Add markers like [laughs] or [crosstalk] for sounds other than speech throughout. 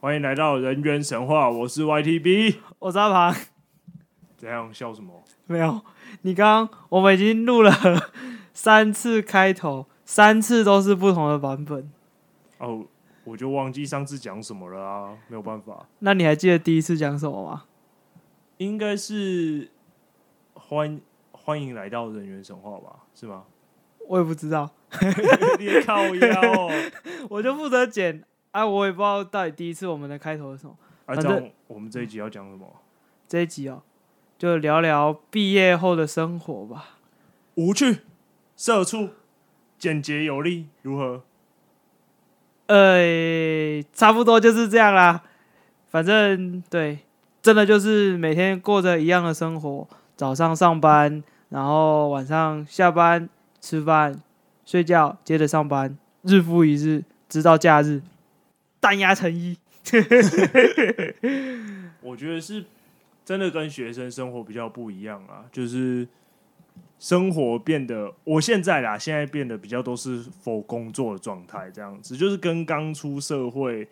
欢迎来到人猿神话，我是 YTB。我是阿庞， [laughs] 怎样笑什么？没有，你刚刚我们已经录了三次开头，三次都是不同的版本。哦，我就忘记上次讲什么了啊，没有办法，那你还记得第一次讲什么吗？应该是欢欢迎来到人猿神话吧？是吗？我也不知道，你靠腰哦！我就负责剪。哎、我也不知道到底第一次我们的开头是什么。啊， [laughs] 反这正样我们这一集要讲什么？这一集哦，就聊聊毕业后的生活吧。无趣、社畜、简洁有力，如何？呃，差不多就是这样啦。反正对，真的就是每天过着一样的生活，早上上班，然后晚上下班吃饭、睡觉，接着上班，日复一日，直到假日，弹压成一。我觉得是真的跟学生生活比较不一样啊，就是生活变得，我现在啦，现在变得比较都是否工作的状态，这样子，就是跟刚出社会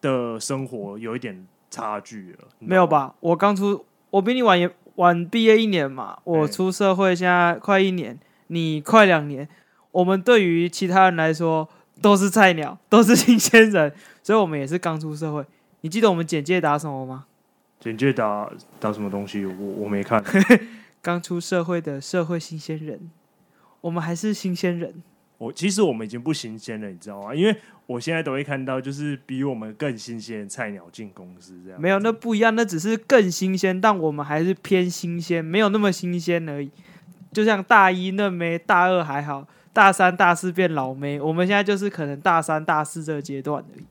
的生活有一点差距了，你知道吗没有？吧？我刚出，我比你晚也晚毕业一年嘛，我哎出社会现在快一年，你快两年。我们对于其他人来说都是菜鸟， [laughs] 都是新鲜人，所以我们也是刚出社会。你记得我们简介打什么吗？简介打打什么东西？我我没 [laughs] 看，刚出社会的社会新鲜人，我们还是新鲜人。我其实我们已经不新鲜了，你知道吗？因为我现在都会看到，就是比我们更新鲜的菜鸟进公司这样。没有，那不一样，那只是更新鲜，但我们还是偏新鲜，没有那么新鲜而已。就像大一嫩妹，大二还好，大三、大四变老妹，我们现在就是可能大三、大四这个阶段而已。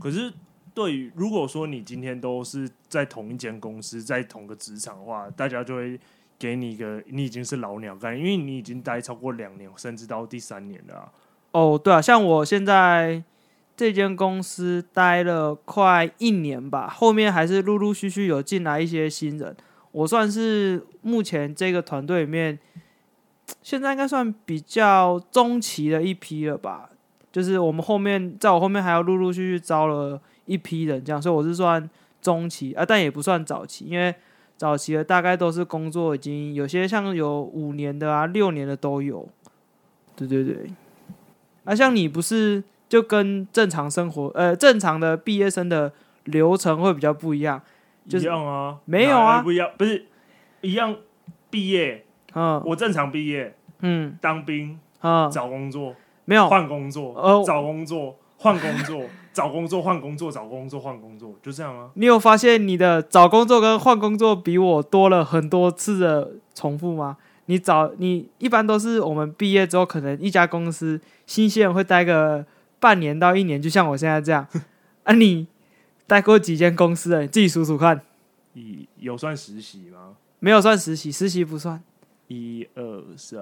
可是对于如果说你今天都是在同一间公司，在同个职场的话，大家就会给你一个你已经是老鸟干，因为你已经待超过两年，甚至到第三年了、啊。哦，对啊，像我现在这间公司待了快一年吧，后面还是陆陆续续有进来一些新人，我算是目前这个团队里面，现在应该算比较中期的一批了吧。就是我们后面，在我后面还要陆陆续续招了一批人，这样，所以我是算中期啊，但也不算早期，因为早期的大概都是工作已经有些像有五年的啊、六年的都有。对对对，啊，像你不是就跟正常生活呃正常的毕业生的流程会比较不一样，就是一样啊，没有啊哪来不一样，不是一样。毕业，嗯我正常毕业，嗯当兵，嗯，找工作，没有，换工作，哦找工作，换工作，找工作，换工作，找工作，换工作，就这样啊。你有发现你的找工作跟换工作比我多了很多次的重复吗？你找你一般都是我们毕业之后，可能一家公司新鲜人会待个半年到一年，就像我现在这样。 [laughs] 啊，你待过几间公司了？你自己数数看。以有算实习吗？没有算实习，实习不算。一二三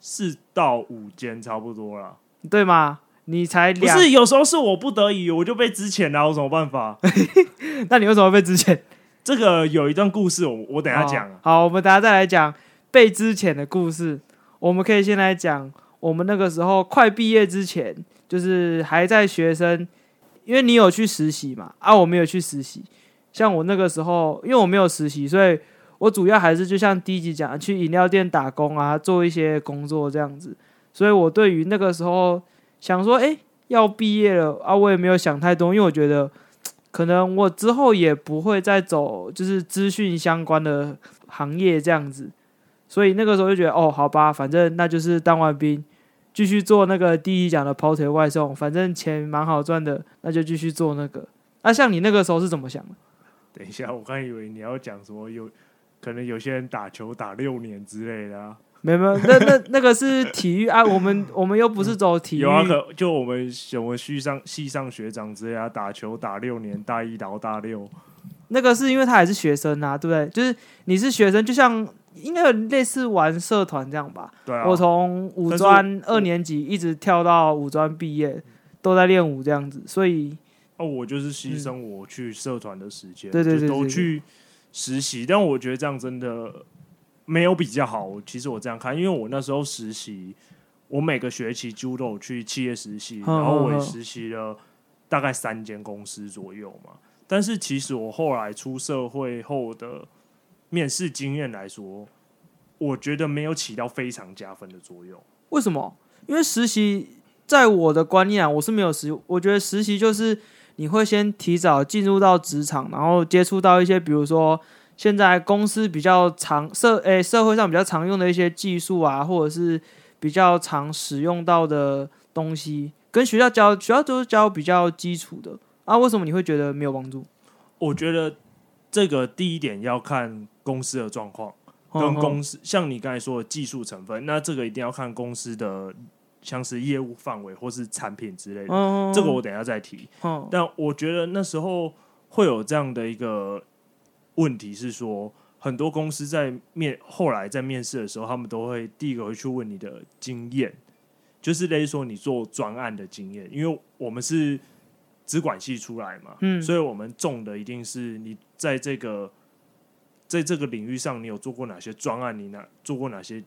四到五间差不多啦。对吗？你才不两，是，有时候是我不得已，我就被支遣了，有什么办法？ [laughs] 那你为什么被之前？这个有一段故事我，我等一下讲啊。好。哦好，我们等一下再来讲被之前的故事。我们可以先来讲我们那个时候快毕业之前，就是还在学生，因为你有去实习嘛，啊，我没有去实习。像我那个时候，因为我没有实习，所以我主要还是就像第一集讲的，去饮料店打工啊，做一些工作这样子。所以我对于那个时候想说，哎、要毕业了啊，我也没有想太多，因为我觉得可能我之后也不会再走就是资讯相关的行业这样子，所以那个时候就觉得哦，好吧，反正那就是当完兵，继续做那个第一讲的跑腿外送，反正钱蛮好赚的，那就继续做那个。那、像你那个时候是怎么想的？等一下，我刚以为你要讲什么有，可能有些人打球打六年之类的、啊。没没有，那那那个是体育啊，我们我们又不是走体育，有啊，可就我们我们系上系上学长之类啊，打球打六年，大一打到大六。那个是因为他还是学生啊，对不对？就是你是学生，就像应该有类似玩社团这样吧。对啊，嗯我从五专二年级一直跳到五专毕业，都在练舞这样子，所以哦，我就是牺牲我去社团的时间，嗯对对就对都对对去实习。但我觉得这样真的没有比较好。其实我这样看，因为我那时候实习，我每个学期几乎都有去企业实习，嗯然后嗯我也嗯实习了大概三间公司左右嘛。但是其实我后来出社会后的面试经验来说，我觉得没有起到非常加分的作用。为什么？因为实习在我的观念啊，我是没有实，我觉得实习就是你会先提早进入到职场，然后接触到一些比如说现在公司比较常社诶、社会上比较常用的一些技术啊，或者是比较常使用到的东西，跟学校教学校都是教比较基础的啊。为什么你会觉得没有帮助？我觉得这个第一点要看公司的状况。嗯跟公司，像你刚才说的技术成分，那这个一定要看公司的像是业务范围或是产品之类的，嗯这个我等一下再提。嗯但我觉得那时候会有这样的一个问题是说，很多公司在面后来在面试的时候，他们都会第一个会去问你的经验，就是类似说你做专案的经验，因为我们是资管系出来嘛，嗯所以我们重的一定是你在这个在这个领域上，你有做过哪些专案，你哪做过哪些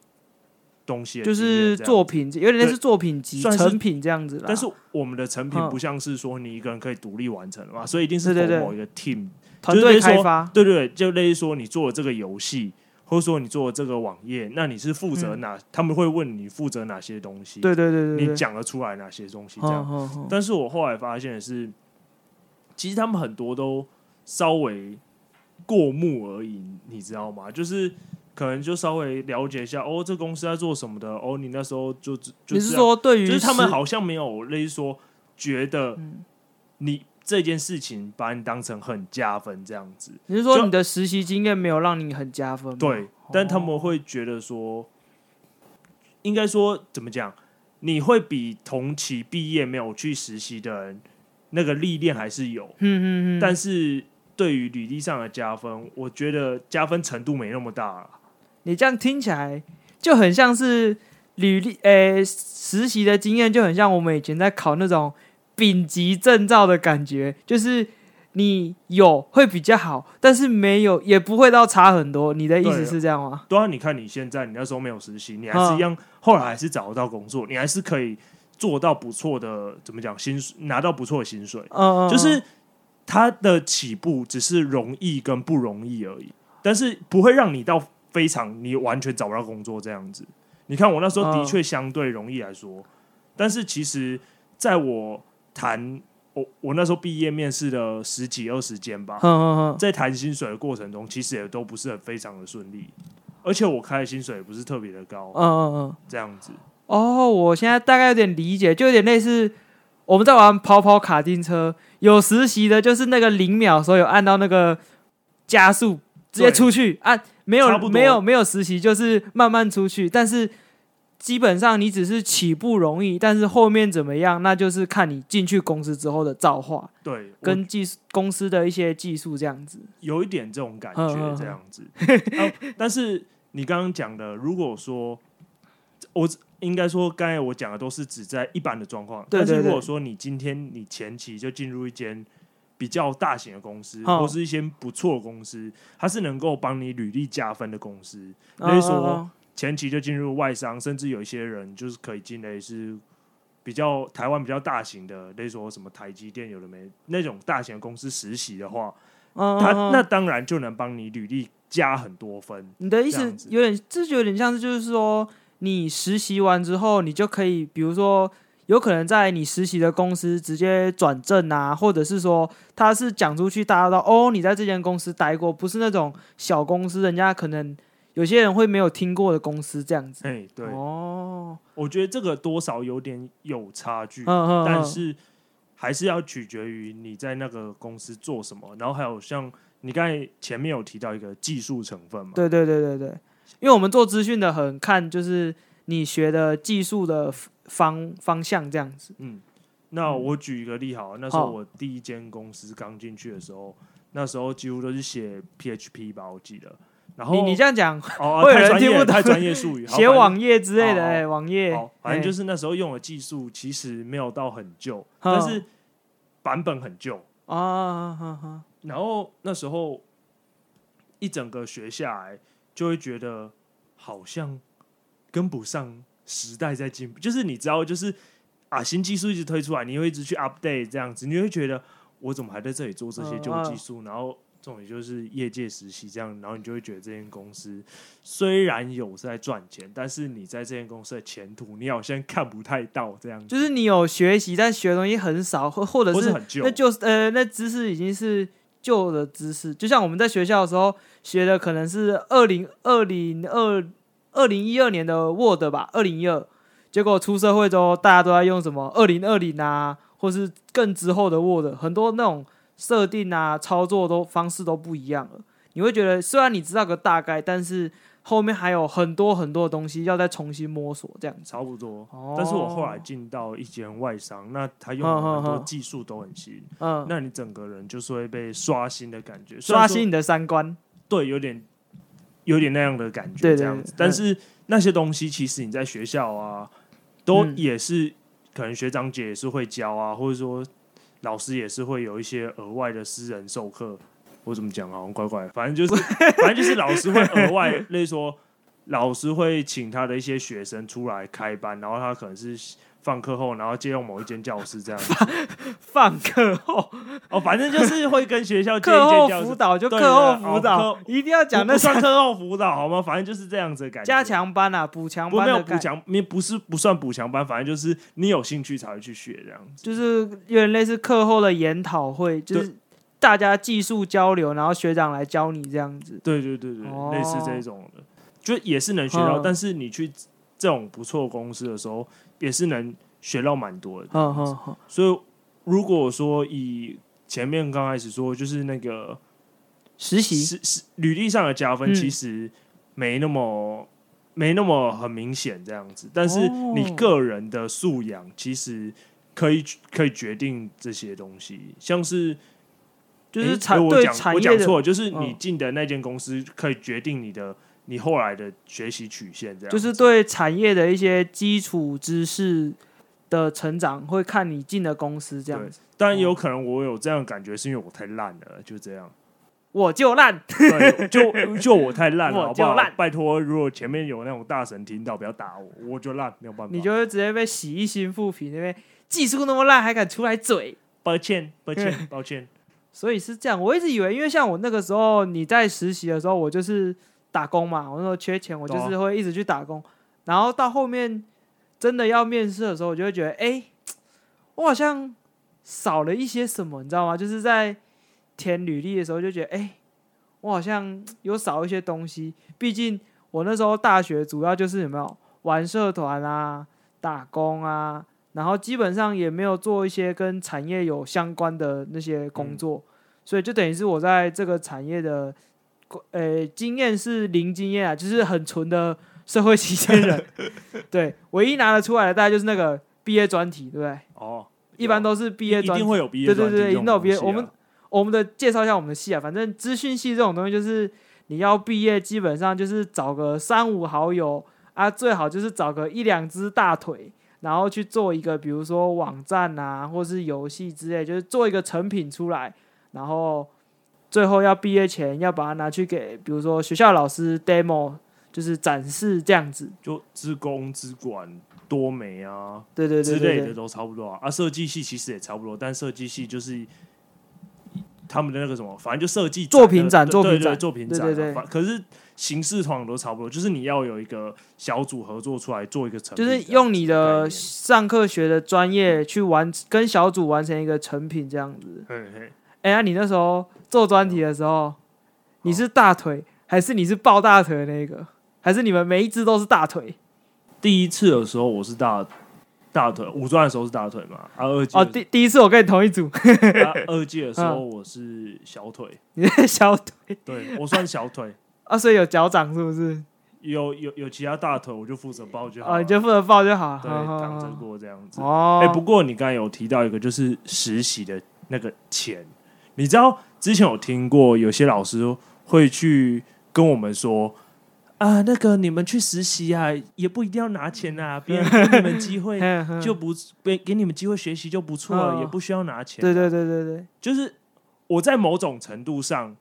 东西的就经验，是这样作品，有点类似对作品集、算是成品这样子啦。但是我们的成品啊嗯不像是说你一个人可以独立完成的嘛，所以一定是对对对从某一个 team，团就是队类似说开发，对对对，就类似说你做了这个游戏，或者说你做了这个网页，那你是负责哪？他们会问你负责哪些东西，嗯对对对对对，你讲得出来哪些东西这样。嗯嗯嗯但是我后来发现的是，其实他们很多都稍微过目而已，你知道吗？就是可能就稍微了解一下，哦，这公司在做什么的，哦，你那时候就就你这是样说对于就是他们实嗯好像没有类似说觉得你这件事情把你当成很加分这样子，你是说就你的实习经验没有让你很加分吗？哦对，但他们会觉得说，应该说怎么讲，你会比同期毕业没有去实习的人那个历练还是有，嗯嗯嗯，但是对于履历上的加分，我觉得加分程度没那么大啦你这样听起来就很像是履历，诶、实习的经验就很像我们以前在考那种丙级证照的感觉，就是你有会比较好，但是没有也不会到差很多。你的意思对是这样吗？对啊，你看你现在，你那时候没有实习，你还是一样，后来还是找得到工作，你还是可以做到不错的，怎么讲，薪水拿到不错的薪水，嗯，嗯就是它的起步只是容易跟不容易而已，但是不会让你到非常你完全找不到工作这样子。你看我那时候的嗯确相对容易来说，但是其实在我谈我我那时候毕业面试的十几二十间吧，嗯嗯嗯，在谈薪水的过程中，其实也都不是很非常的顺利，而且我开的薪水也不是特别的高，嗯嗯嗯。这样子。哦，我现在大概有点理解，就有点类似我们在玩跑跑卡丁车，有实习的，就是那个零秒的时候有按到那个加速，直对接出去按，没差有不多没有没有实习，就是慢慢出去，但是。基本上你只是起步容易，但是后面怎么样，那就是看你进去公司之后的造化，对，我跟技术公司的一些技术这样子。有一点这种感嗯嗯觉，嗯这样 [laughs] 子。啊但是你刚刚讲的，如果说我应该说，刚才我讲的都是只在一般的状况，对对但是对如果说你今天你前期就进入一间比较大型的公司，哦或是一些不错的公司，它是能够帮你履历加分的公司，嗯类似嗯我嗯前期就进入外商，甚至有一些人就是可以进类似比较台湾比较大型的，类似说什么台积电有的没那种大型的公司实习的话，嗯嗯他嗯那当然就能帮你履历加很多分。你的意这思样子有点，这就有点像是就是说，你实习完之后，你就可以，比如说，有可能在你实习的公司直接转正啊，或者是说，他是讲出去，大家都哦，你在这间公司待过，不是那种小公司，人家可能有些人会没有听过的公司这样子。哎，对，哦，我觉得这个多少有点有差距，嗯嗯，嗯但是还是要取决于你在那个公司做什么，然后还有像你刚才前面有提到一个技术成分嘛，对对对对对，因为我们做资讯的很看就是你学的技术的方方向这样子。嗯，那我举一个例好了，那时候好我第一间公司刚进去的时候，那时候几乎都是写 PHP 吧，我记得。然后你你这样讲，哦，会有太人专听业不了太懂专业术语， [laughs] 好写反正网页之类的，哦哎、网页，好，反正哎就是那时候用的技术其实没有到很旧，嗯但是版本很旧。啊啊啊啊啊，然后那时候一整个学下来，就会觉得好像跟不上时代在进步，就是你知道，就是啊新技术一直推出来，你会一直去 update 这样子，你会觉得我怎么还在这里做这些旧技啊术？然后这种也就是业界实习这样，然后你就会觉得这间公司虽然有在赚钱，但是你在这间公司的前途你好像看不太到这样子，就是你有学习，但学的东西很少，或或者或是是很旧那。就是呃，那知识已经是旧的知识，就像我们在学校的时候学的，可能是二零二零二二零一二年的 Word 吧，二零一二。结果出社会之后，大家都在用什么二零二零啊，或是更之后的 Word，很多那种设定啊、操作都方式都不一样了。你会觉得，虽然你知道个大概，但是后面还有很多很多的东西要再重新摸索，这样子。差不多哦，但是我后来进到一间外商，那他用的很多技术都很新，嗯，那你整个人就是会被刷新的感觉，虽刷然说新你的三观。对，有点有点那样的感对觉对这样嗯子。但是那些东西其实你在学校啊，都嗯也是、可能学长姐也是会教啊，或者说老师也是会有一些额外的私人授课。我怎么讲啊？好像怪怪的，反正就是 [laughs] 反正就是老师会额外，例如说老师会请他的一些学生出来开班，然后他可能是。放课后，然后借用某一间教室这样子放课后， [laughs] 哦，反正就是会跟学校借课一间后教室辅，导就对课后对辅哦导课，一定要讲不那不是算课后辅导好吗？反正就是这样子的感觉。加强班啊，补强不班没有的补概，强，你不是不算补强班，反正就是你有兴趣才会去学这样子。就是有点类似课后的研讨会，就是大家技术交流，然后学长来教你这样子。对对对对，哦类似这种的，就也是能学到，嗯但是你去这种不错公司的时候，也是能学到蛮多的。哼哼哼，所以如果说以前面刚开始说，就是那个实习，是是履历上的加分，嗯其实没那么。没那么很明显这样子，但是哦你个人的素养其实可以可以决定这些东西，像是就是诶产诶我对讲产我业讲的，错，就是你嗯进的那间公司可以决定你的你后来的学习曲线，这样就是对产业的一些基础知识的成长，会看你进的公司这样子。当然有可能我有这样的感觉，是因为我太烂了，就这样。我就烂，对，就就我太烂了， [laughs] 我好就不好烂？拜托，如果前面有那种大神听到，不要打我，我就烂，没有办法。你就会直接被洗一心复评，那边技术那么烂还敢出来嘴。抱歉，抱歉，抱歉。所以是这样，我一直以为，因为像我那个时候你在实习的时候，我就是打工嘛，我那时候缺钱，我就是会一直去打工。然后到后面真的要面试的时候，我就会觉得，哎、我好像少了一些什么，你知道吗？就是在填履历的时候就觉得，哎、我好像有少一些东西。毕竟我那时候大学主要就是有没有玩社团啊、打工啊，然后基本上也没有做一些跟产业有相关的那些工作，所以就等于是我在这个产业的呃经验是零经验啊，就是很纯的社会新鲜 [laughs] 人。对，唯一拿得出来的大概就是那个毕业专题，对不对？哦，一般都是毕业一专定题。会有毕业对专对题对，这一种定有毕业。东西啊我们我们的介绍一下我们的系啊，反正资讯系这种东西就是你要毕业，基本上就是找个三五好友啊，最好就是找个一两只大腿，然后去做一个比如说网站啊，或是游戏之类，就是做一个成品出来，然后最后要毕业前要把它拿去给比如说学校老师 demo，就是展示这样子。就资工、资管、多媒啊，对对对之对类对的都差不多啊。啊，设计系其实也差不多，但设计系就是他们的那个什么，反正就设计作品展的作品对对对展作品对展、啊，对对反可是形式通常都差不多，就是你要有一个小组合作出来做一个成品就这是样，用你的概念上课学的专业去完跟小组完成一个成品这样子。嘿嘿，哎、呀，你那时候做专题的时候，你是大腿还是你是抱大腿的那个？还是你们每一只都是大腿？第一次的时候我是大大腿，五专的时候是大腿嘛，啊二届哦，的第第一次我跟你同一组，啊二届的时候嗯我是小腿，你是小腿对我算小腿，啊，所以有脚掌是不是？有有有其他大腿我就负责抱就好哦，了，你就负责抱就好。对好好挡着好过这样子。哦，哎、不过你刚才有提到一个，就是实习的那个钱，你知道之前有听过有些老师会去跟我们说啊，那个你们去实习啊，也不一定要拿钱啊，别人给你们机 [laughs] 会嘿嘿就不给给你们机会学习就不错了，哦也不需要拿钱。对对对对对，就是我在某种程度上，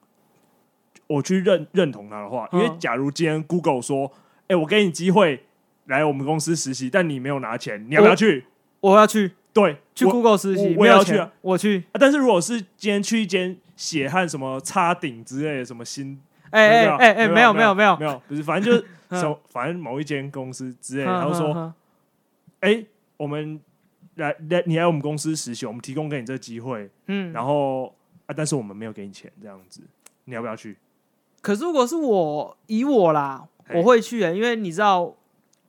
我去认认同他的话，因嗯为假如今天 Google 说，哎、我给你机会来我们公司实习，但你没有拿钱，你要不要去？我要去对，去我 Google 实习，我也没有要去钱啊，我去。啊但是如果是今天去一间血汗什么叉顶之类的什么新，哎哎哎哎，没没有没有没没有，没有，不是，反正就是嗯什么反正某一间公司之类的，哼他就说，哼哎、我们来来，你来我们公司实习，我们提供给你这个机会，嗯，然后啊，但是我们没有给你钱，这样子，你要不要去？可是如果是我以我啦，嘿我会去欸的、因为你知道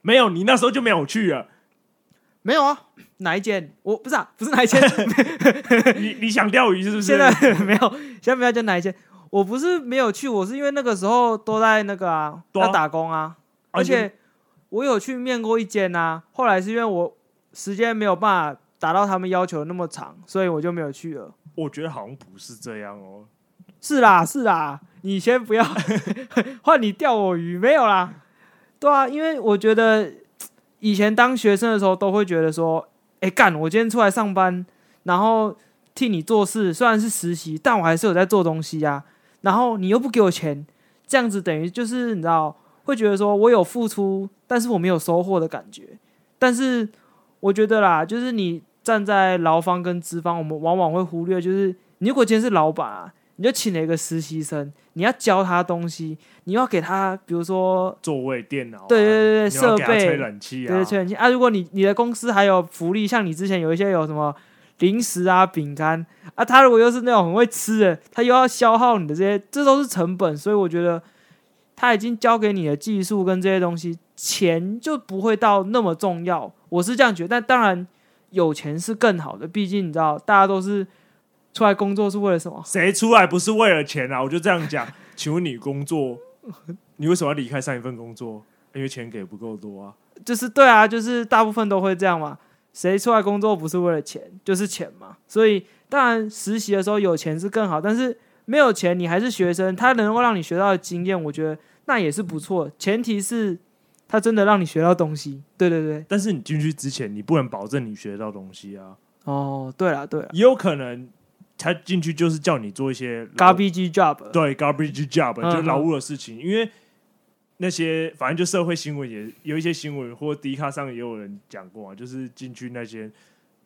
没有，你那时候就没有去 [laughs] 啊，没有啊？哪一间？我不是啊，不是哪一间，你你想钓鱼是不是？现在 [laughs] 没有，现在不要讲哪一间。我不是没有去，我是因为那个时候都在那个啊，对啊要打工啊，啊而你且我有去面过一间啊，后来是因为我时间没有办法达到他们要求那么长，所以我就没有去了。我觉得好像不是这样哦，是啦，是啦，你先不要 [laughs] 换你钓我鱼，没有啦。对啊，因为我觉得以前当学生的时候，都会觉得说，哎、干，我今天出来上班，然后替你做事，虽然是实习，但我还是有在做东西啊。然后你又不给我钱，这样子等于就是你知道，会觉得说我有付出，但是我没有收获的感觉。但是我觉得啦，就是你站在劳方跟资方，我们往往会忽略，就是你如果今天是老板啊，你就请了一个实习生，你要教他东西，你要给他，比如说座位、电脑啊、对对对对你要给他设备吹冷气啊，对，吹冷气啊！如果你你的公司还有福利，像你之前有一些有什么零食啊、饼干啊，他如果又是那种很会吃的，他又要消耗你的这些，这都是成本。所以我觉得他已经交给你的技术跟这些东西，钱就不会到那么重要。我是这样觉得，但当然有钱是更好的，毕竟你知道，大家都是出来工作是为了什么？谁出来不是为了钱啊？我就这样讲。 [laughs] 请问你工作，你为什么要离开上一份工作？因为钱给不够多啊。就是对啊，就是大部分都会这样嘛。谁出来工作不是为了钱，就是钱嘛。所以当然实习的时候有钱是更好，但是没有钱你还是学生，他能够让你学到的经验，我觉得那也是不错。前提是他真的让你学到东西。对对对，但是你进去之前，你不能保证你学到东西啊，哦，对了对了也有可能他进去就是叫你做一些劳，garbage job，对 garbage job，嗯就是劳务的事情，因为。那些反正就社会新闻也有一些新闻，或迪卡上也有人讲过啊，就是进去那些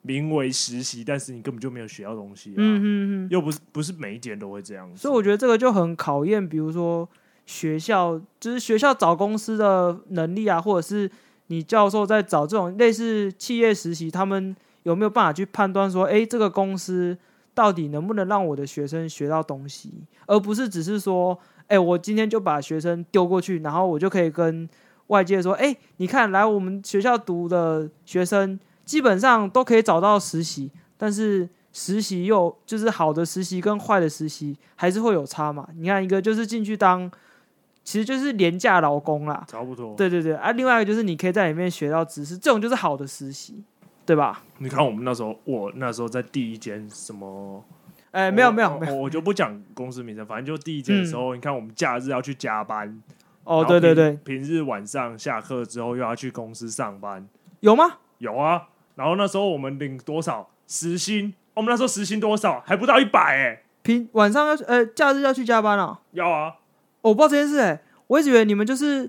名为实习，但是你根本就没有学到东西啊，嗯嗯嗯。又不是不是每一间都会这样子，所以我觉得这个就很考验，比如说学校，就是学校找公司的能力啊，或者是你教授在找这种类似企业实习，他们有没有办法去判断说，诶，这个公司到底能不能让我的学生学到东西，而不是只是说，诶，哎我今天就把学生丢过去，然后我就可以跟外界说，诶，你看来我们学校读的学生基本上都可以找到实习，但是实习又就是好的实习跟坏的实习还是会有差嘛。你看一个就是进去当，其实就是廉价劳工啦，差不多。对对对，啊，另外一个就是你可以在里面学到知识，这种就是好的实习，对吧？你看我们那时候，我那时候在第一间什么？哎、没有没有我没有，嗯我我就不讲公司名称，反正就第一间的时候，你看我们假日要去加班，哦，然后对平对对，，平日晚上下课之后又要去公司上班，有吗？有啊。然后那时候我们领多少时薪？哦我们那时候时薪多少？还不到一百哎，平晚上要呃假日要去加班了、要啊，哦我不知道这件事哎、我一直以为你们就是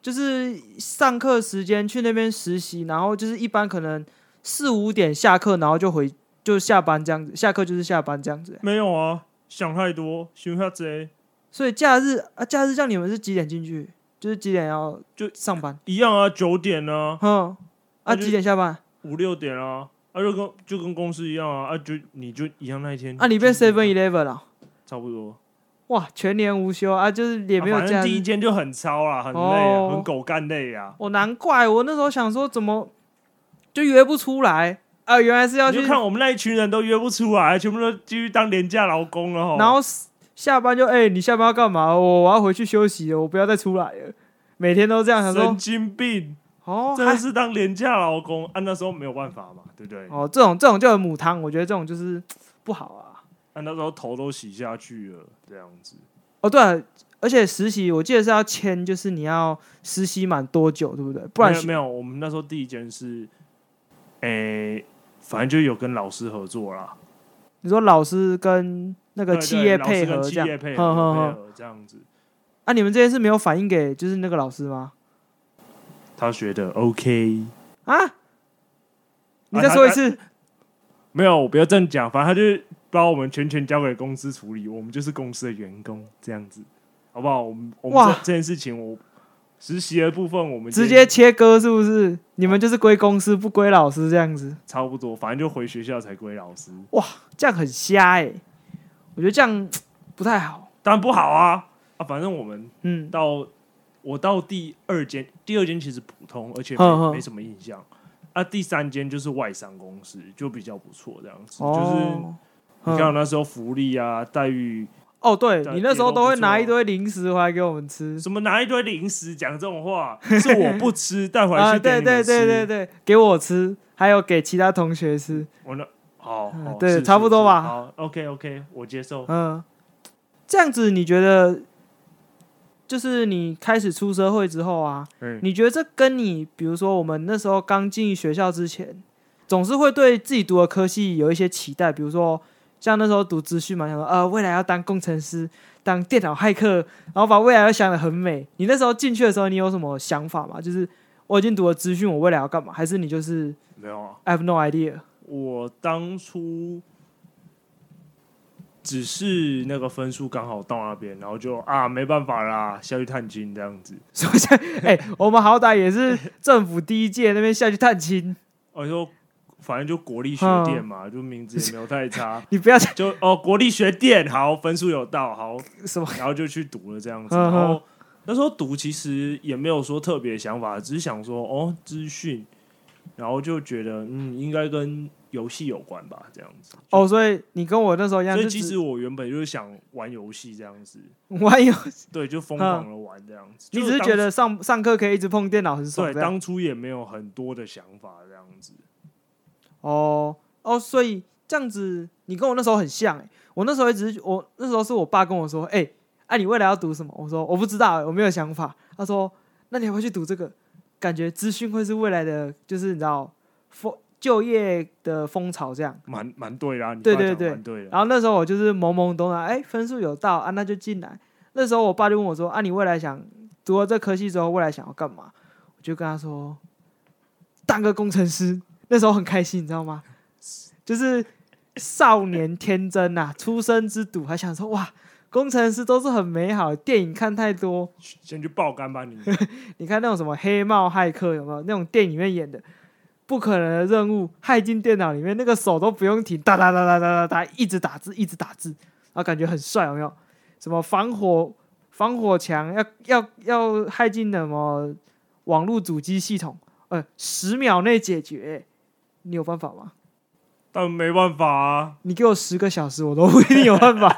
就是上课时间去那边实习，然后就是一般可能四五点下课，然后就回就下班这样子，下课就是下班这样子欸、没有啊，想太多，想太多，所以假日啊，假日像你们是几点进去？就是几点要就上班？一样啊，九点啊，哼，那啊就几点下班？五六点啊，啊就跟就跟公司一样啊，啊就你就一样那一天啊，你变 Seven Eleven 了。差不多。哇，全年无休啊，就是也没有啊反这样正。第一间就很超啦，很累、啊，哦很狗干累啊。我、哦难怪我那时候想说怎么就约不出来啊，原来是要你去就，看我们那一群人都约不出来，全部都继续当廉价劳工了吼。然后下班就哎、你下班要干嘛？我我要回去休息了，我不要再出来了。每天都这样想神说，经病，哦，真的还是当廉价劳工，啊，那时候没有办法嘛，对不对？哦，这种这种就很母汤，我觉得这种就是不好啊。啊，那时候头都洗下去了，这样子。哦，对了，而且实习我记得是要签，就是你要实习满多久，对不对？不然没有没有，我们那时候第一间是，诶、反正就有跟老师合作啦，你说老师跟那对个对企业老师配跟合企这样，业配哼哼合哼配合这样子。啊，你们这件事没有反映给就是那个老师吗？他学的 OK，啊，你再说一啊次，没有，我不要这样讲，反正他就是把我们全权交给公司处理，我们就是公司的员工，这样子，好不好？我们我们哇这这件事情我，实习的部分我们直今天接切割是不是？你们就是归公司不归老师这样子，差不多，反正就回学校才归老师，这样很瞎哎、我觉得这样不太好。当然不好啊啊！反正我们嗯，到我到第二间，第二间其实普通，而且没哼哼没什么印象。啊，第三间就是外商公司，就比较不错，这样子，就是哦，你看我嗯那时候福利啊、待遇，哦，对对你那时候也都都会不错啊拿一堆零食回来给我们吃什么拿一堆零食讲这种 [laughs] 话，是我不吃，带回啊、来去给对你们对吃。对对对，给我吃，还有给其他同学吃，我那好，嗯好对是差不多是吧好，OK OK，我接受。嗯，这样子你觉得，就是你开始出社会之后啊，嗯，你觉得这跟你，比如说我们那时候刚进学校之前，总是会对自己读的科系有一些期待，比如说像那时候读资讯嘛，想说呃未来要当工程师、当电脑骇客，然后把未来要想的很美。你那时候进去的时候，你有什么想法吗？就是我已经读了资讯，我未来要干嘛？还是你就是没有啊， I have no 哎 idea？我当初只是那个分数刚好到那边，然后就啊没办法啦，下去探亲这样子。所以像哎、我们好歹也是政府第一届那边下去探亲，我哦说反正就国立学店嗯，嘛，就名字也没有太差 [laughs] 你不要再就哦国立学店好，分数有到好，什么然后就去读了这样子。嗯然哼后那时候读其实也没有说特别想法，只是想说哦资讯，然后就觉得嗯应该跟游戏有关吧这样子。哦，所以你跟我那时候一样，所以就其只实我原本就是想玩游戏这样子， [laughs] 我有对，就疯狂的玩这样子。嗯你就只是当觉得上上课可以一直碰电脑很爽对，这样，当初也没有很多的想法这样子。哦哦，所以这样子你跟我那时候很像、欸，我那时候一直我那时候是我爸跟我说，哎、啊你未来要读什么？我说我不知道欸、我没有想法。他说那你要不要去读这个？感觉资讯会是未来的，就是你知道风就业的风潮这样。蛮蛮对啊啦，你对爸对讲对蛮对的。然后那时候我就是懵懵懂懂，哎、分数有到啊，那就进来。那时候我爸就问我说：“啊，你未来想读了这科系之后，未来想要干嘛？”我就跟他说：“当个工程师。”那时候很开心，你知道吗？就是少年天真呐、初生之犊，还想说哇，工程师都是很美好的。电影看太多，先去爆肝吧你。你看那种什么黑帽骇客有没有？那种电影里面演的不可能的任务，骇进电脑里面，那个手都不用停，哒哒哒哒哒哒哒，一直打字，一直打字，然后感觉很帅，有没有？什么防火防火墙要要要骇进什么网络主机系统，呃，十秒内解决，你有办法吗？但没办法啊，你给我十个小时，我都不 [laughs] 一定有 [laughs] 办法。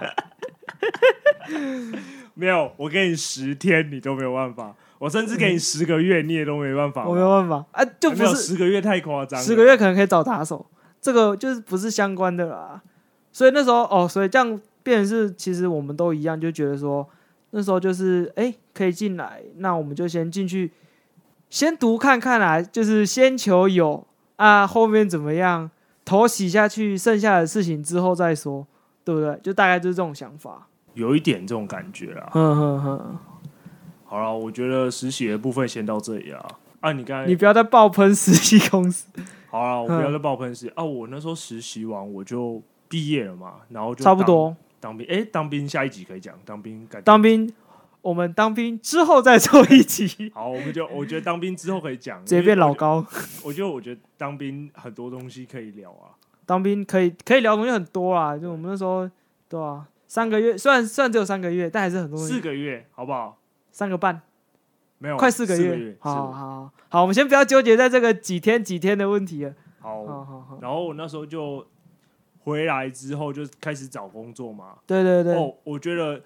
没有，我给你十天你都没有办法，我甚至给你十个月你也都没办法吧。我没有办法啊，就没不有是十个月太夸张了，十个月可能可以找打手，这个就是不是相关的啦。所以那时候哦，所以这样变成是，其实我们都一样，就觉得说那时候就是哎、可以进来，那我们就先进去，先读看看啦，就是先求有啊，后面怎么样头洗下去，剩下的事情之后再说，对不对？就大概就是这种想法。有一点这种感觉啦。哼哼哼，嗯好了，我觉得实习的部分先到这里啊。啊，你刚才你不要再爆喷实习公司，好了，我不嗯要再爆喷时啊！我那时候实习完我就毕业了嘛，然后就差不当多当兵。哎、当兵下一集可以讲当兵感觉。当兵，我们当兵之后再做一集，好，我们 [laughs] 就我觉得当兵之后可以讲，直接因为变老高。我觉得。我觉得我觉得当兵很多东西可以聊啊。当兵可以可以聊的东西很多啊，就我们那时候对啊，三个月虽然虽然只有三个月，但还是很多东西四个月好不好？三个半，没有，快四个个月。好四好个月好好，我们先不要纠结在这个几天几天的问题了。好。好好好，然后我那时候就回来之后就开始找工作嘛，对对对，哦，我觉得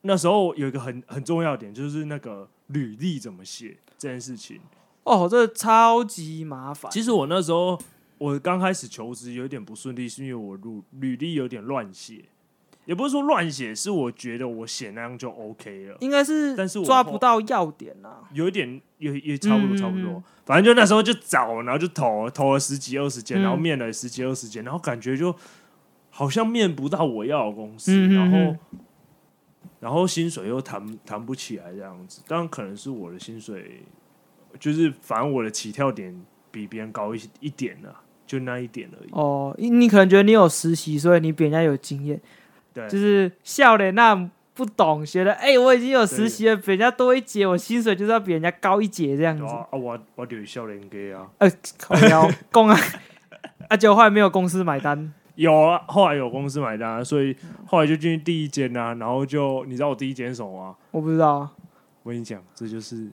那时候有一个很很重要的点，就是那个履历怎么写这件事情。哦，这超级麻烦。其实我那时候我刚开始求职有点不顺利，是因为我履履历有点乱写，也不是说乱写，是我觉得我写那样就 OK 了，应该是但是我抓后不到要点啊。有一点也也差不嗯多嗯嗯差不多，反正就那时候就找，然后就投投了十几二十间，嗯然后面了十几二十间，然后感觉就好像面不到我要的公司，嗯嗯然嗯后。然后薪水又谈谈不起来这样子，当然可能是我的薪水，就是反正我的起跳点比别人高一一点呢、啊就那一点而已。哦，你你可能觉得你有实习，所以你比人家有经验，对，就是笑脸那不懂，觉得哎、我已经有实习了，比人家多一节，我薪水就是要比人家高一节这样子对。啊，啊我我就是少年家啊，靠 [laughs] 腰供啊，啊，结果后来没有公司买单，有啊，后来有公司买单啊、所嗯以后来就进去第一间啊，然后就你知道我第一间是什么吗？我不知道啊。我跟你讲，这就是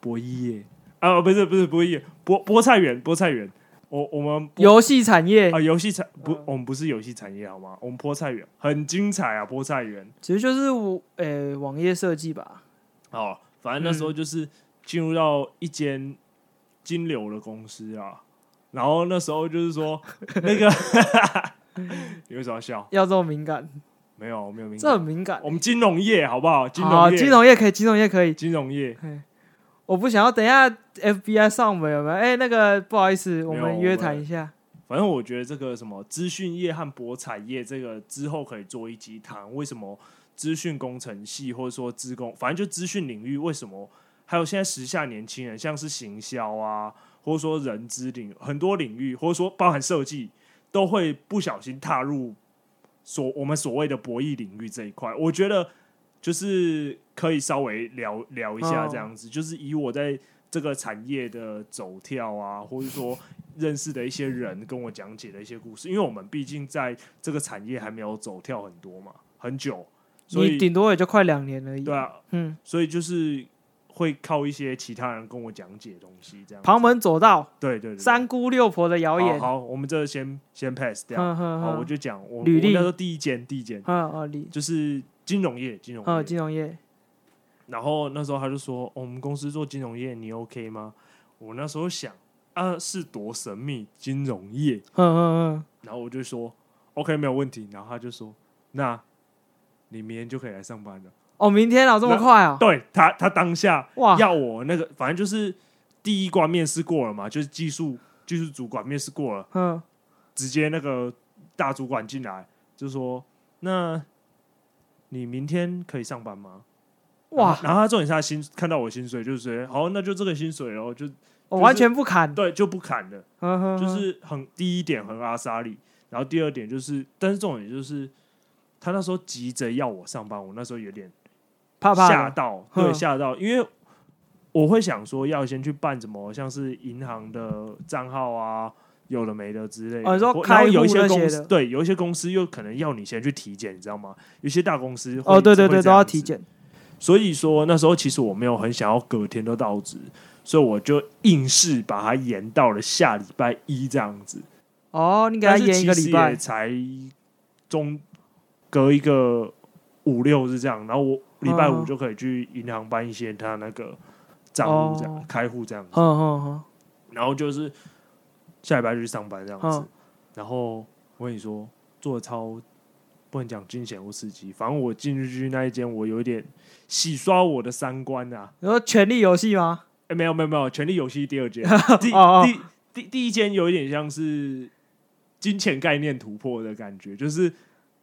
博弈耶啊，不是不是博弈，菠菠菜园，菠菜园，我我们菠游戏产业啊游戏产不嗯，我们不是游戏产业好吗？我们菠菜园很精彩啊，菠菜园其实就是我呃网页设计吧，哦，反正那时候就是进入到一间金流的公司啊，然后那时候就是 [laughs] 说那个， [laughs] 你为什么要笑？要这么敏感，没有，我没有明这白。很敏感。我们金融业好不好？金好融业，金融业可以，金融业可以。金融业，我不想要等一下 FBI 上门有没有？哎、那个不好意思，我们约谈一下。反正我觉得这个什么资讯业和博彩业，这个之后可以做一集谈为什么资讯工程系或者说资工，反正就资讯领域为什么，还有现在时下年轻人像是行销啊，或者说人资领很多领域，或者说包含设计，都会不小心踏入所我们所谓的博弈领域这一块。我觉得就是可以稍微聊聊一下哦这样子，就是以我在这个产业的走跳啊，或者说认识的一些人跟我讲解的一些故事，因为我们毕竟在这个产业还没有走跳很多嘛，很久，所你以顶多也就快两年而已。对啊，嗯，所以就是会靠一些其他人跟我讲解东西这样子。旁门左道，对对对，三姑六婆的谣好言。好，我们这先先 pass 掉。哼哼好，我哼，就讲我嗯履历我那时候第一间第一间嗯哦，你就是金融业金融嗯业，金融业，然后那时候他就说、哦我们公司做金融业，你 OK 吗？我那时候想啊，是多神秘金融业，嗯嗯然后我就说 OK 没有问题，然后他就说那你明天就可以来上班了。嗯，哦，明天啊，这么快啊？对他，他当下哇，要我那个，反正就是第一关面试过了嘛，就是技术技术主管面试过了，嗯，直接那个大主管进来就说：“那你明天可以上班吗？”哇，然后他重点啊是他薪看到我薪水，就是说好，那就这个薪水哦，就我完全不砍，对就不砍了，嗯哼，就哼是很第一点很阿莎利，然后第二点就是，但是重点就是他那时候急着要我上班，我那时候有点怕吓怕的，到，嗯对，吓到，因为我会想说要先去办什么，像是银行的账号啊，有的没的之类的。哦你说或开然后有一户些那些公司，的对，有一些公司又可能要你先去体检，你知道吗？有些大公司会哦，对对会对，这都要样子体。检，所以说那时候其实我没有很想要隔天都到职，所以我就硬是把它延到了下礼拜一这样子。哦，你给他但是延一其个实礼也拜，才中隔一个五六日这样，然后我礼拜五嗯就可以去银行办一些他那个账户这样、哦开户这样嗯子，嗯嗯，然后就是下礼拜就去上班这样子。嗯然后我跟你说，做得超不能讲惊险或刺激，反正我进去那一间，我有一点洗刷我的三观啊。你说权力游戏吗？哎，没有没有没有，《权力游戏》第二 [laughs] 间，第哦哦第第第一间有一点像是金钱概念突破的感觉，就是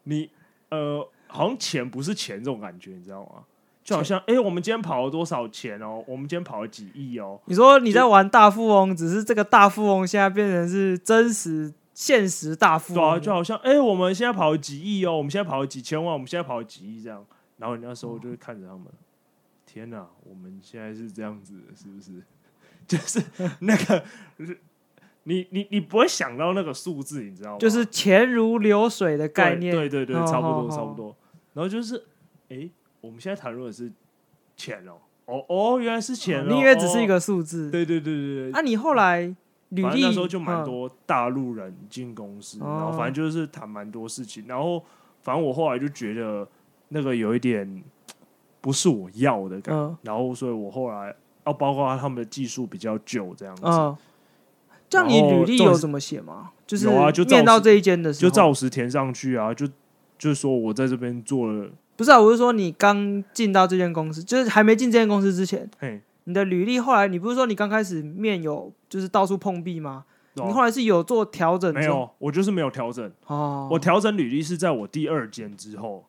你呃，好像钱不是钱这种感觉，你知道吗？就好像哎、诶我们今天跑了多少钱哦？我们今天跑了几亿哦？你说你在玩大富翁，只是这个大富翁现在变成是真实现实大富对啊，翁，就好像哎、诶我们现在跑了几亿哦，我们现在跑了几千万，我们现在跑了几亿这样。然后你那时候就是看着他们，天哪，我们现在是这样子的，是不是？ [laughs] 就是那个，你你你不会想到那个数字，你知道吗？就是钱如流水的概念，对对对对，哦差不多哦差不多。然后就是，哎，我们现在谈论的是钱哦，哦哦，原来是钱哦，你以为只是一哦，个数字？对对对对对。啊，你后来履反历正那时候就蛮嗯多大陆人进公司，然后哦反正就是谈蛮多事情，然后反正我后来就觉得那个有一点不是我要的感觉，嗯然后所以我后来哦，包括他们的技术比较旧这样子，嗯，这样你然后履重历点有是怎么写吗？就是有啊就照念到实这一间的时就候，照实填上去啊，就就说我在这边做了，不是啊，我是说你刚进到这间公司，就是还没进这间公司之前，嘿，你的履历后来你不是说你刚开始面有就是到处碰壁吗？然你后后来是有做调整之啊没后有，我就是没有调整。哦，我调整履历是在我第二间之后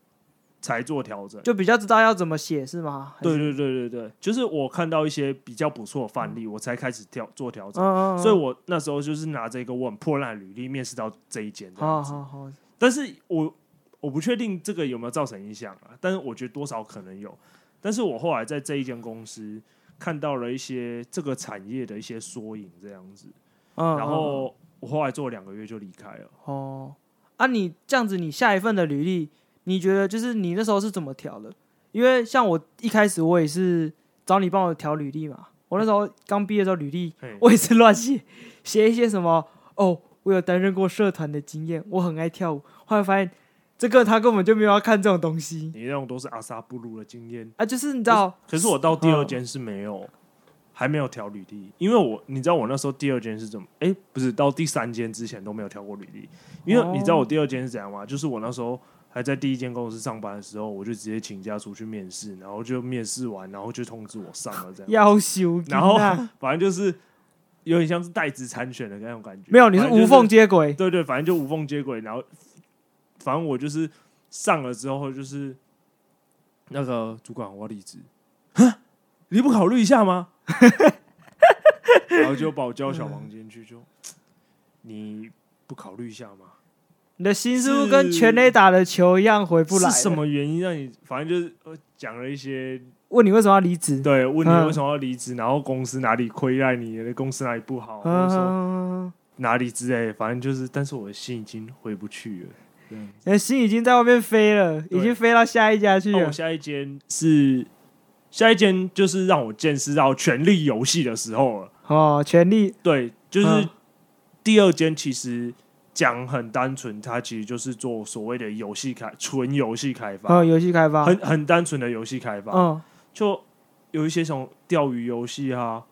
才做调整。就比较知道要怎么写是吗？还是对，对对对对，就是我看到一些比较不错的范例，我才开始调做调整。嗯嗯，所以我那时候就是拿着一个我很破烂的履历面试到这一间这好样子，好好，但是我我不确定这个有没有造成影响啊，但是我觉得多少可能有。但是我后来在这一间公司看到了一些这个产业的一些缩影这样子，嗯，然嗯后我后来做两个月就离开了。嗯哦，啊，你这样子，你下一份的履历，你觉得就是你那时候是怎么调的？因为像我一开始我也是找你帮我调履历嘛，我那时候刚毕业的时候履历嘿，我也是乱写，写一些什么哦，我有担任过社团的经验，我很爱跳舞。后来发现这个他根本就没有要看这种东西你那种都是阿萨布鲁的经验，啊，就是你知道，可是我到第二间是没嗯有，还没有调履历，因为我你知道我那时候第二间是怎么？哎、不是到第三间之前都没有调过履历，因哦为你知道我第二间是怎样吗？就是我那时候还在第一间公司上班的时候，我就直接请假出去面试，然后就面试完，然后就通知我上了这样，要求然后 [laughs] 啊反正就是有点像是代职参选的那种感觉，没有，你是反正就无缝接轨，对对，反正就无缝接轨。然后，反正我就是上了之后，就是那个主管我要离职，你不考虑一下吗？然后就把我叫到小房间去，就你不考虑一下吗？你的心是不是跟全垒打的球一样回不来？是什？么原因让你？反正就是呃讲了一些问你为什么要离职？对，问嗯你为什么要离职，然后公司哪里亏待你，公司哪里不好，或者说嗯，哪里之类的，反正就是，但是我的心已经回不去了。这样你的哎心已经在外面飞了，对已经飞到下一家去那了我。下一间是下一间，就是让我见识到权力游戏的时候了。哦，权力，对，就是嗯第二间其实讲很单纯，它其实就是做所谓的游戏开纯游戏开发，哦，游戏开发，很很单纯的游戏开发，嗯就有一些什么钓鱼游戏啊，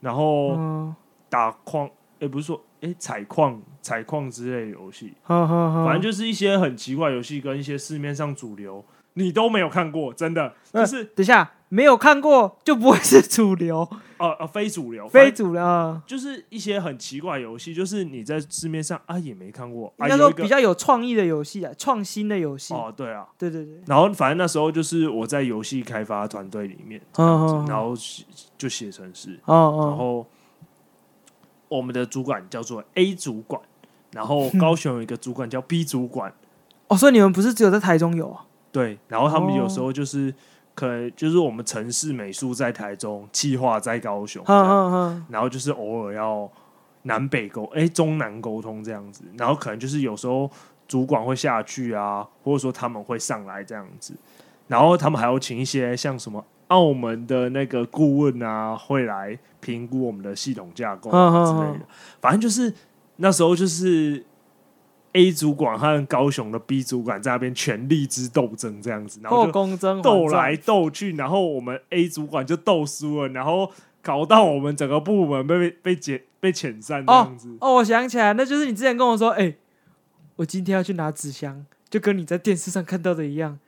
然后嗯，打矿，也不是说诶采矿采矿之类的游戏，好好好，反正就是一些很奇怪的游戏跟一些市面上主流你都没有看过，真的嗯就是。等一下没有看过就不会是主 [laughs] 流，呃呃，非主流，非非主流。嗯就是一些很奇怪的游戏，就是你在市面上啊也没看过，应啊该有说一个比较有创意的游戏啊，创新的游戏。哦对啊，对对对，然后反正那时候就是我在游戏开发团队里面，嗯然后写就写程式，哦然哦，后我们的主管叫做 A 主管，然后高雄有一个主管叫 B 主管，哦，所以你们不是只有在台中有啊？对，然后他们哦有时候就是可能就是我们城市美术在台中，企划在高雄，这嗯样嗯嗯，然后就是偶尔要南北沟，哎、中南沟通这样子，然后可能就是有时候主管会下去啊，或者说他们会上来这样子，然后他们还要请一些像什么澳门的那个顾问啊，会来评估我们的系统架构嗯嗯啊之类嗯的，反正就是那时候就是。A 主管和高雄的 B 主管在那边权力之斗争这样子，然后后就宫争斗来，斗去，然后我们 A 主管就斗输了，然后搞到我们整个部门被被解被遣散这样子。哦，我想起来，那就是你之前跟我说，哎、我今天要去拿纸箱，就跟你在电视上看到的一样，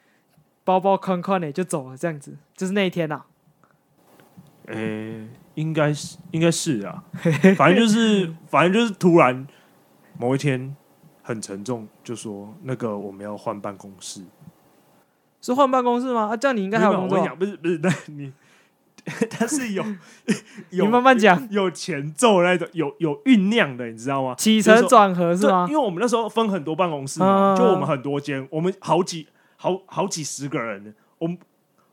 包包宽宽的就走了，这样子，就是那一天啊。诶、应该是应该是啊，反正就是 [laughs] 反正就是突然某一天很沉重，就说那个我们要换办公室。是换办公室吗？啊，这样你应应该还有工我跟你作，讲，不是不是，那你 [laughs] 他是 [laughs] 有你有慢慢讲。有前奏那种，有有酝酿的，你知道吗？起就是承说转合是对，吗因？为我们那时候分很多办公室嘛，嗯就我们很多间，我们好几好好几十个人，我们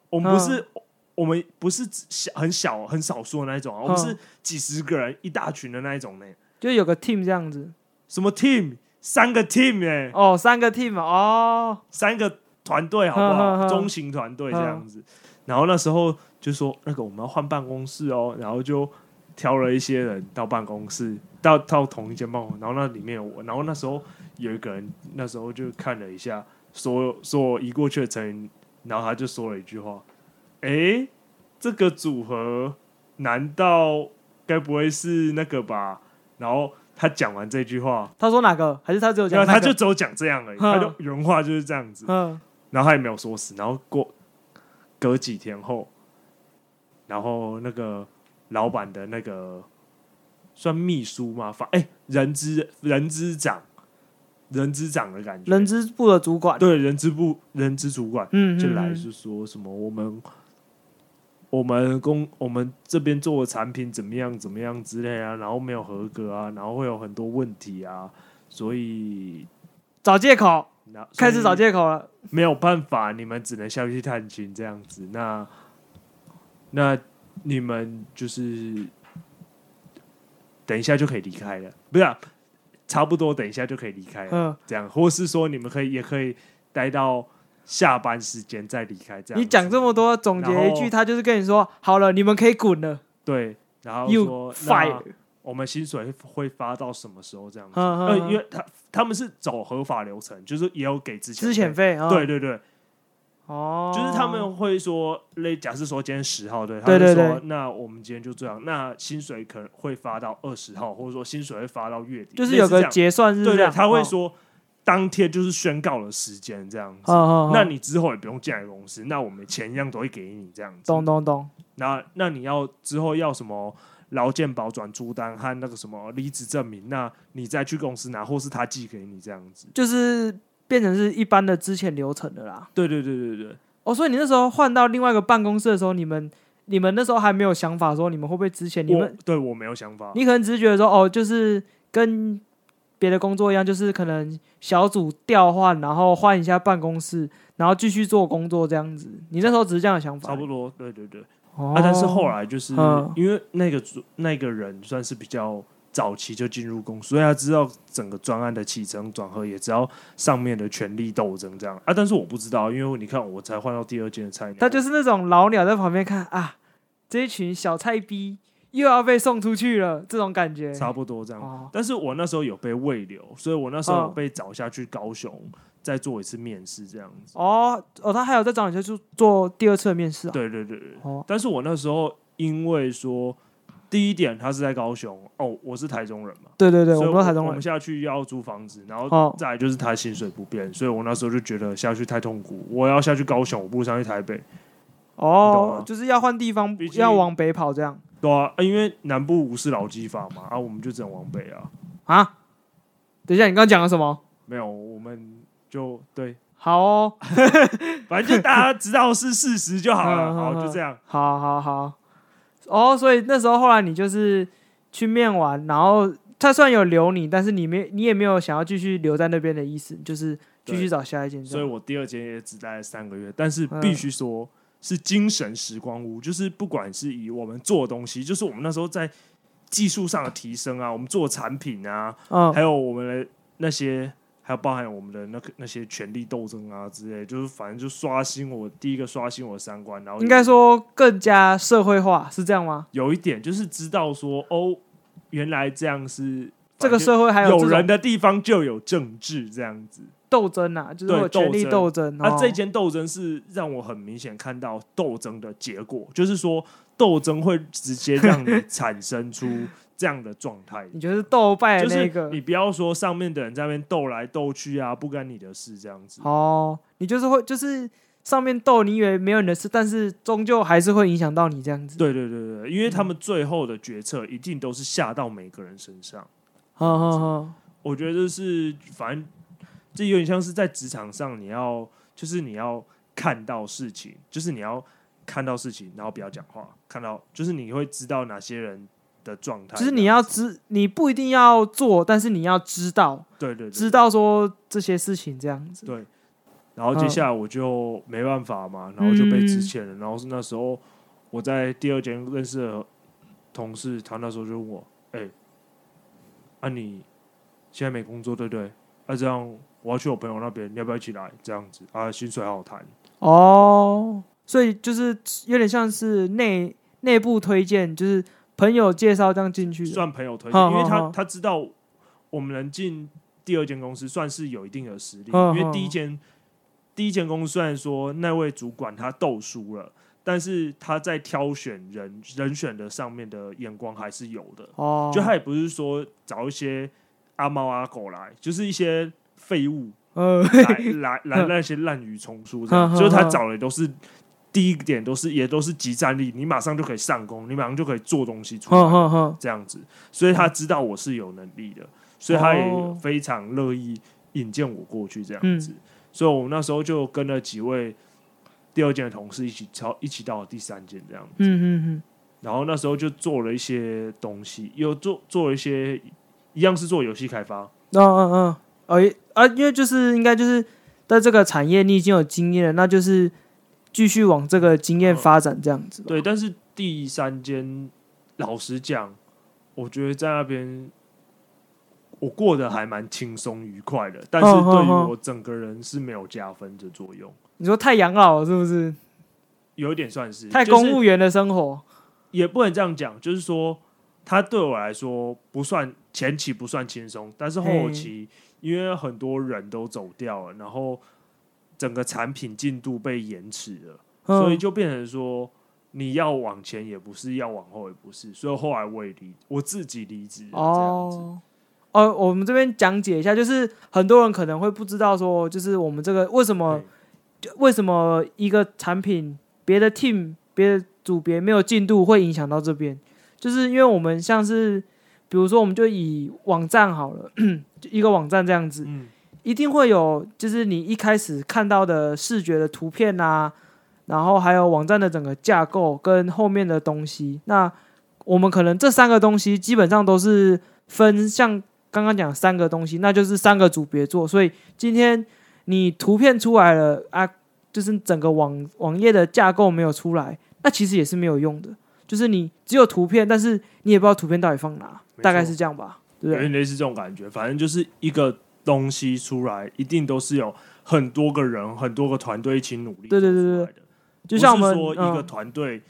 我们嗯不是、我们不是只小很小很少数的那一种啊，我们嗯是几十个人一大群的那一种呢、就有个 team 这样子。什么 team 三个 team 哎、哦，三个 team 哦，三个团队好不好？嗯嗯嗯中型团队这样子。然后那时候就说那个我们要换办公室哦，然后就挑了一些人到办公室，到到同一间办公室，然后那里面有我，然后那时候有一个人，那时候就看了一下所有所有移过去的成员，然后他就说了一句话：“诶，这个组合难道该不会是那个吧？”然后他讲完这句话，他说哪个？还是他只有然讲、后那他个？就只有讲这样而已，他就嗯原话就是这样子。嗯，然后他也没有说死，然后过隔几天后，然后那个老板的那个算秘书嘛，反哎、人资人资长人资长的感觉，人资部的主管，对人资部人资主管嗯，嗯就来嗯是说什么我们我们公我们这边做的产品怎么样怎么样之类啊，然后没有合格啊，然后会有很多问题啊，所以找借口，那开始所找以借口了。没有办法，你们只能下去探亲这样子。那那你们就是等一下就可以离开了，不是啊、差不多等一下就可以离开了。嗯，这样，或是说你们可以也可以待到下班时间再离开，这样子。你讲这么多，总结一然后句，他就是跟你说，好了，你们可以滚了对，然后，you 说 fire 那。我们薪水会发到什么时候这样子？嗯嗯呃，嗯因为他他们是走合法流程，就是也有给之前资遣费啊，对对对，哦，就是他们会说，类假设说今天十号，对，他对们对说对那我们今天就这样，那薪水可能会发到二十号，或者说薪水会发到月底，就是类有似这个样结算日这对样，对，他会哦，说当天就是宣告了时间这样子。哦那你之后也不用进来公司，那我们钱一样都会给你这样子。懂懂懂，那那你要之后要什么劳健保转租单和那个什么离职证明，那你再去公司拿，或是他寄给你这样子。就是变成是一般的之前流程的啦。对对对对对，哦，所以你那时候换到另外一个办公室的时候，你们你们那时候还没有想法说你们会不会之前你我们对我没有想法。你可能只是觉得说哦，就是跟别的工作一样，就是可能小组调换，然后换一下办公室，然后继续做工作这样子。你那时候只是这样的想法，差不多，对对对。哦、啊，但是后来就是嗯因为那个主那个人算是比较早期就进入公司，所以他知道整个专案的起承转合，也知道上面的权力斗争这样啊。但是我不知道，因为你看我才换到第二间的菜鸟，他就是那种老鸟在旁边看啊，这一群小菜逼又要被送出去了，这种感觉。差不多这样。哦，但是我那时候有被喂流，所以我那时候嗯有被找下去高雄再做一次面试这样子。哦哦，他还有在找你去做做第二次的面试啊。对对对对。哦，但是我那时候因为说，第一点他是在高雄，哦，我是台中人嘛，对对对，我所以们都台中我人们。下去要租房子，然后哦再来就是他薪水不变，所以我那时候就觉得下去太痛苦，我要下去高雄，我不如上去台北。你懂哦吗，就是要换地方毕，竟要往北跑这样对啊，啊因为南部无视劳基法嘛，啊，我们就只能往北啊。啊。等一下，你刚刚讲了什么？没有，我们就对，好哦，反正就大家知道是事实就好了。 [laughs] 嗯嗯好，嗯就这样。好好好。哦，所以那时候后来你就是去面完，然后他虽然有留你，但是你没你也没有想要继续留在那边的意思，就是继续对找下一间这所以样。嗯我第二间也只待了三个月，但是必须说是精神时光屋，就是不管是以我们做的东西，就是我们那时候在技术上的提升啊，我们做的产品啊，嗯，还有我们的那些，还有包含我们的那个那些权力斗争啊之类，就是反正就刷新我第一个刷新我的三观，然后应该说更加社会化，是这样吗？有一点就是知道说哦，原来这样是这个反正社会还有这人种的地方就有政治这样子。斗争啊，就是对有权力斗斗争。那、哦这间斗争是让我很明显看到斗争的结果，就是说斗争会直接让你产生出 [laughs] 这样的状 [laughs] 态。你觉得是斗败就的哎那是个你不要说上面的人在那边斗来斗去啊，不干你的事这样子。哦，你就是会就是上面斗，你以为没有你的事，但是终究还是会影响到你这样子。对对对对，因为他嗯们最后的决策一定都是下到每个人身上。哦哼哼哼，我觉得这是反正这有点像是在职场上，你要就是你要看到事情，就是你要看到事情，然后不要讲话，看到就是你会知道哪些人的状态，就是你要知，你不一定要做，但是你要知道，对对对知道说这些事情这样子。对。然后接下来我就没办法嘛，然后就被之前了。然后是那时候我在第二间认识的同事，他那时候就问我：“哎、啊你现在没工作对不对？啊这样我要去我朋友那边，你要不要一起来？这样子啊薪水好好谈。哦，所以就是有点像是内内部推荐，就是朋友介绍这样进去的。算朋友推好荐，因为好好他他知道我们能进第二间公司，算是有一定的实力。好因好为第一间第一间公司虽然说那位主管他斗输了，但是他在挑选人人选的上面的眼光还是有的。哦，就他也不是说找一些阿猫阿狗来，就是一些废物呃，来来来嗯那些滥竽充数这样，好好就是他好找的都是。第一点都是也都是集战力，你马上就可以上攻，你马上就可以做东西出来。哼哼哼，这样子，所以他知道我是有能力的，所以他也嗯哦非常乐意引荐我过去这样嗯子，所以我那时候就跟了几位第二间的同事一起超一起到了第三间这样子，嗯嗯然后那时候就做了一些东西，有做做了一些一样是做游戏开发，嗯，哦哦哦，哦也啊，因为就是应该就是在这个产业你已经有经验了，那就是继续往这个经验发展这样子吧。嗯对，但是第三间老实讲，我觉得在那边我过得还蛮轻松愉快的，但是嗯嗯对于嗯我整个人是没有加分的作用，你说太养老了是不是？有一点算是太就是公务员的生活，也不能这样讲，就是说，它对我来说不算前期不算轻松，但是后期因为很多人都走掉了，然后整个产品进度被延迟了，嗯所以就变成说你要往前也不是，要往后也不是，所以后来我也离我自己离职了这样子。哦。哦，我们这边讲解一下，就是很多人可能会不知道说，就是我们这个为什么对就为什么一个产品别的 team 别的组别没有进度会影响到这边，就是因为我们像是比如说我们就以网站好了， [clears throat] 就一个网站这样子，嗯，一定会有，就是你一开始看到的视觉的图片啊，然后还有网站的整个架构跟后面的东西。那我们可能这三个东西基本上都是分像刚刚讲三个东西，那就是三个组别做。所以今天你图片出来了啊，就是整个网网页的架构没有出来，那其实也是没有用的。就是你只有图片，但是你也不知道图片到底放哪，没错大概是这样吧，对有不对？点类似这种感觉，反正就是一个东西出来，一定都是有很多个人、很多个团队一起努力对对对对做出来的。就像我不们是说一个嗯团队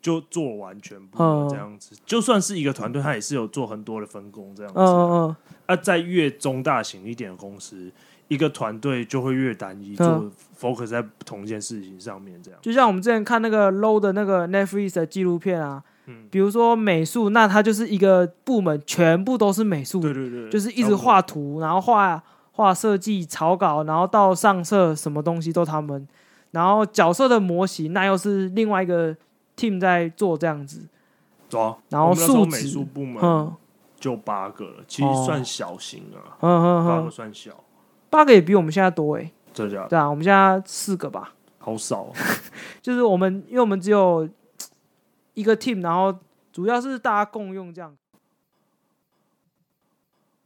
就做完全部的这样子，就算是一个团队，他也是有做很多的分工这样子。嗯嗯嗯。啊，在越中大型一点的公司，一个团队就会越单一，嗯做 focus 在同一件事情上面这样。就像我们之前看那个 low 的那个 Netflix 的纪录片啊，嗯比如说美术，那它就是一个部门全部都是美术，对对对，就是一直画图，然后画画设计、草稿，然后到上色，什么东西都他们。然后角色的模型，那又是另外一个 team 在做这样子。走啊。然后我们那时候数值美术部门嗯就八个了，其实哦算小型啊，嗯嗯八嗯个，算小，八个也比我们现在多诶。这家对啊，我们现在四个吧。好少啊。就是我们，因为我们只有一个 team，然后主要是大家共用这样。